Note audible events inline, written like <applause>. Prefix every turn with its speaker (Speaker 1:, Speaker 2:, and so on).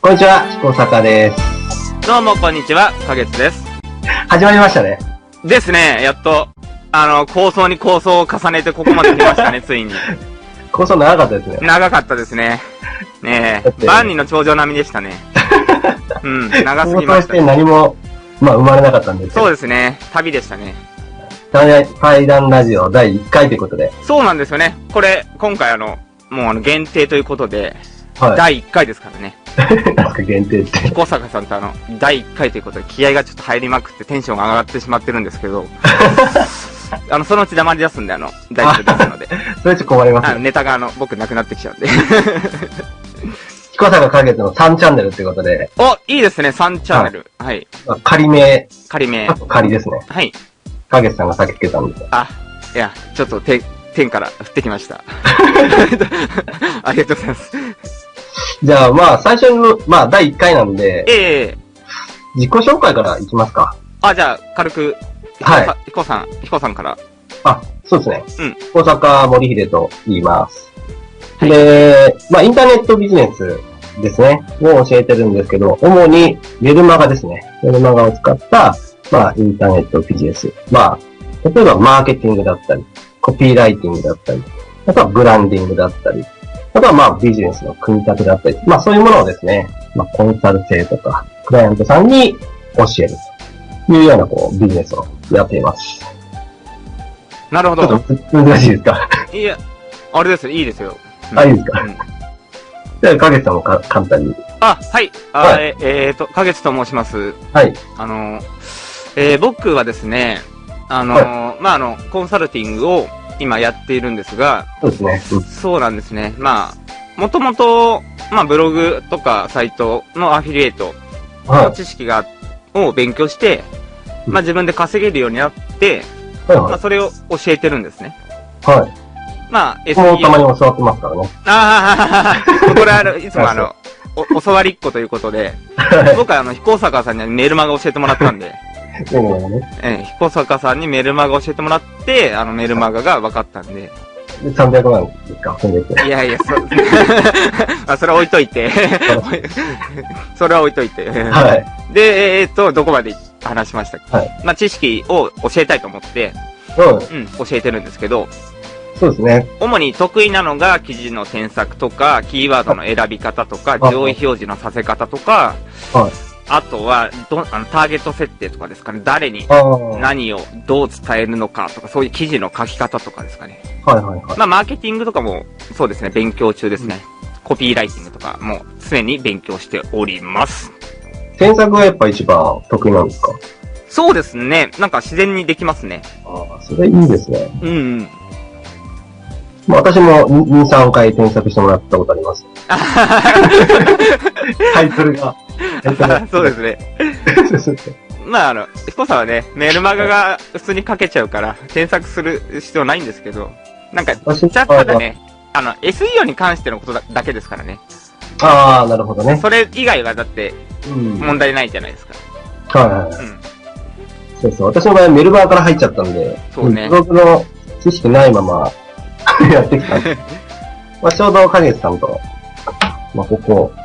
Speaker 1: こんにちは、彦坂です。
Speaker 2: どうも、こんにちは。かげつです。
Speaker 1: 始まりましたね。
Speaker 2: ですね、やっと、あの、構想に構想を重ねてここまで来ました
Speaker 1: <laughs>
Speaker 2: ね、ついに。
Speaker 1: 構想長かったですね。
Speaker 2: 長かったですね。ね
Speaker 1: だって
Speaker 2: え、万人の頂上並みでしたね。うん、長す
Speaker 1: 構
Speaker 2: ぎま
Speaker 1: 想
Speaker 2: し
Speaker 1: したて。何も、まあ生まれなかったんですけ
Speaker 2: そう
Speaker 1: ど、
Speaker 2: ですね、旅でしたね。
Speaker 1: 対談ラジオ第1回ということで、
Speaker 2: そうなんですよね。これ、今回あの、もうあの、限定ということで、
Speaker 1: は
Speaker 2: 第1回ですからね。
Speaker 1: い。 <laughs> なんか限定って。
Speaker 2: 彦坂さんとあの、第1回ということで、気合がちょっと入りまくってテンションが上がってしまってるんです
Speaker 1: <laughs>
Speaker 2: けど、あの、そのうち黙り出すんで、あの、大丈夫ですので。
Speaker 1: それちょっと困りま
Speaker 2: あ
Speaker 1: す
Speaker 2: の
Speaker 1: ね。
Speaker 2: ネタがあの、僕なくなってきちゃうんで。 <laughs>
Speaker 1: 彦坂か月の3チャンネルということで、
Speaker 2: お、いいですね、3チャンネル。はい。
Speaker 1: まあ、仮名、
Speaker 2: 仮名
Speaker 1: あ。と仮ですね。
Speaker 2: はい。
Speaker 1: か月さんが先つけたんで。
Speaker 2: あ、いや、ちょっとて、天から降ってきました。 <laughs> ありがとうございます。
Speaker 1: じゃあまあ最初の、まあ第1回なんで、
Speaker 2: ええ
Speaker 1: 自己紹介からいきますか。
Speaker 2: あ、じゃあ、軽く、
Speaker 1: は
Speaker 2: ひこさん、ひこさんから。
Speaker 1: あ、そうです
Speaker 2: うん
Speaker 1: ね。大阪森秀と言います。
Speaker 2: はい
Speaker 1: で、まあ、インターネットビジネスですね、を教えてるんですけど、主にメルマガですね。メルマガを使った、まあ、インターネットビジネス。まあ、例えばマーケティングだったり、コピーライティングだったり、あとはブランディングだったり、あとはまあ、ビジネスの組み立てだったり、まあ、そういうものをですね、まあ、コンサル生とか、クライアントさんに教えるというような、こう、ビジネスをやっています。
Speaker 2: なるほ
Speaker 1: ちょ
Speaker 2: ど
Speaker 1: っ。と難しいですか <laughs>
Speaker 2: いや、あれですよ、いいですよ。うん
Speaker 1: あ、いいですか
Speaker 2: うん
Speaker 1: じゃあ、かげさんもか簡単に。
Speaker 2: あ、はい。あ
Speaker 1: は
Speaker 2: ええーと、かげつと申します。
Speaker 1: はい。
Speaker 2: あの、えー僕はですね、あの、まあ、あの、コンサルティングを今やっているんですが、
Speaker 1: そうですね。うん
Speaker 2: そうなんですね。まあ、もともと、まあ、ブログとかサイトのアフィリエイト
Speaker 1: はい
Speaker 2: の。知識が、を勉強して、まあ、自分で稼げるようになって、
Speaker 1: はい
Speaker 2: まあ、
Speaker 1: は
Speaker 2: それを教えてるんですね。
Speaker 1: い。はい。
Speaker 2: まあ、
Speaker 1: 僕もたま
Speaker 2: SEO。
Speaker 1: に教わってますからね。
Speaker 2: ああ、これあ
Speaker 1: <laughs>
Speaker 2: の、いつもあの、お、教わりっ子ということで、僕はあの、彦坂さんにメルマガ教えてもらったんで、
Speaker 1: メルマガ <laughs> ね。
Speaker 2: ええ、彦坂さんにメルマガ教えてもらって、あの、メルマガが分かったんで、
Speaker 1: で300万ですか、先月。
Speaker 2: いやいや、そ、 <laughs> あそれは置いと
Speaker 1: <laughs>
Speaker 2: いて、それは置いといて。
Speaker 1: はい。
Speaker 2: で、えーっと、どこまで話しましたっけ、
Speaker 1: は
Speaker 2: まあ、知識を教えたいと思って、
Speaker 1: うん。
Speaker 2: うん、教えてるんですけど、
Speaker 1: そうですね。
Speaker 2: 主に得意なのが記事の添削とか、キーワードの選び方とか、
Speaker 1: あ
Speaker 2: 上位表示のさせ方とか、
Speaker 1: はい
Speaker 2: あとはど、あの、ターゲット設定とかですかね、誰に
Speaker 1: ああ。はい
Speaker 2: 何をどう伝えるのかとか、そういう記事の書き方とかですかね。
Speaker 1: はいはい。
Speaker 2: まあ、マーケティングとかも、そうですね、勉強中ですね。コピーライティングとかも常に勉強しております。
Speaker 1: 添削がやっぱ一番得意なんですか
Speaker 2: そうですね。なんか自然にできますね。
Speaker 1: ああ、それいいですね。
Speaker 2: うんうん。
Speaker 1: まあ私も2、3回添削してもらったことあり <laughs> ます。タイトルが。タイトルが
Speaker 2: <laughs> そうですね。
Speaker 1: <laughs> そうですね。
Speaker 2: まあ、あの、彦さんはね、メルマガが普通に書けちゃうから、添削する必要ないんですけど、なんか、
Speaker 1: 私
Speaker 2: じゃあただね、あの、SEO に関してのことだだけですからね。
Speaker 1: ああ、なるほどね。
Speaker 2: それ以外はだって
Speaker 1: うん。はい
Speaker 2: 問題ないじゃないですか。
Speaker 1: はいは
Speaker 2: うん。
Speaker 1: い。そうそう。私の場合はメルマガから入っちゃったんで、
Speaker 2: そうね
Speaker 1: ブログの知識ないま
Speaker 2: <laughs>
Speaker 1: まやってきたんで。まあちょうど影さんと、まあここ、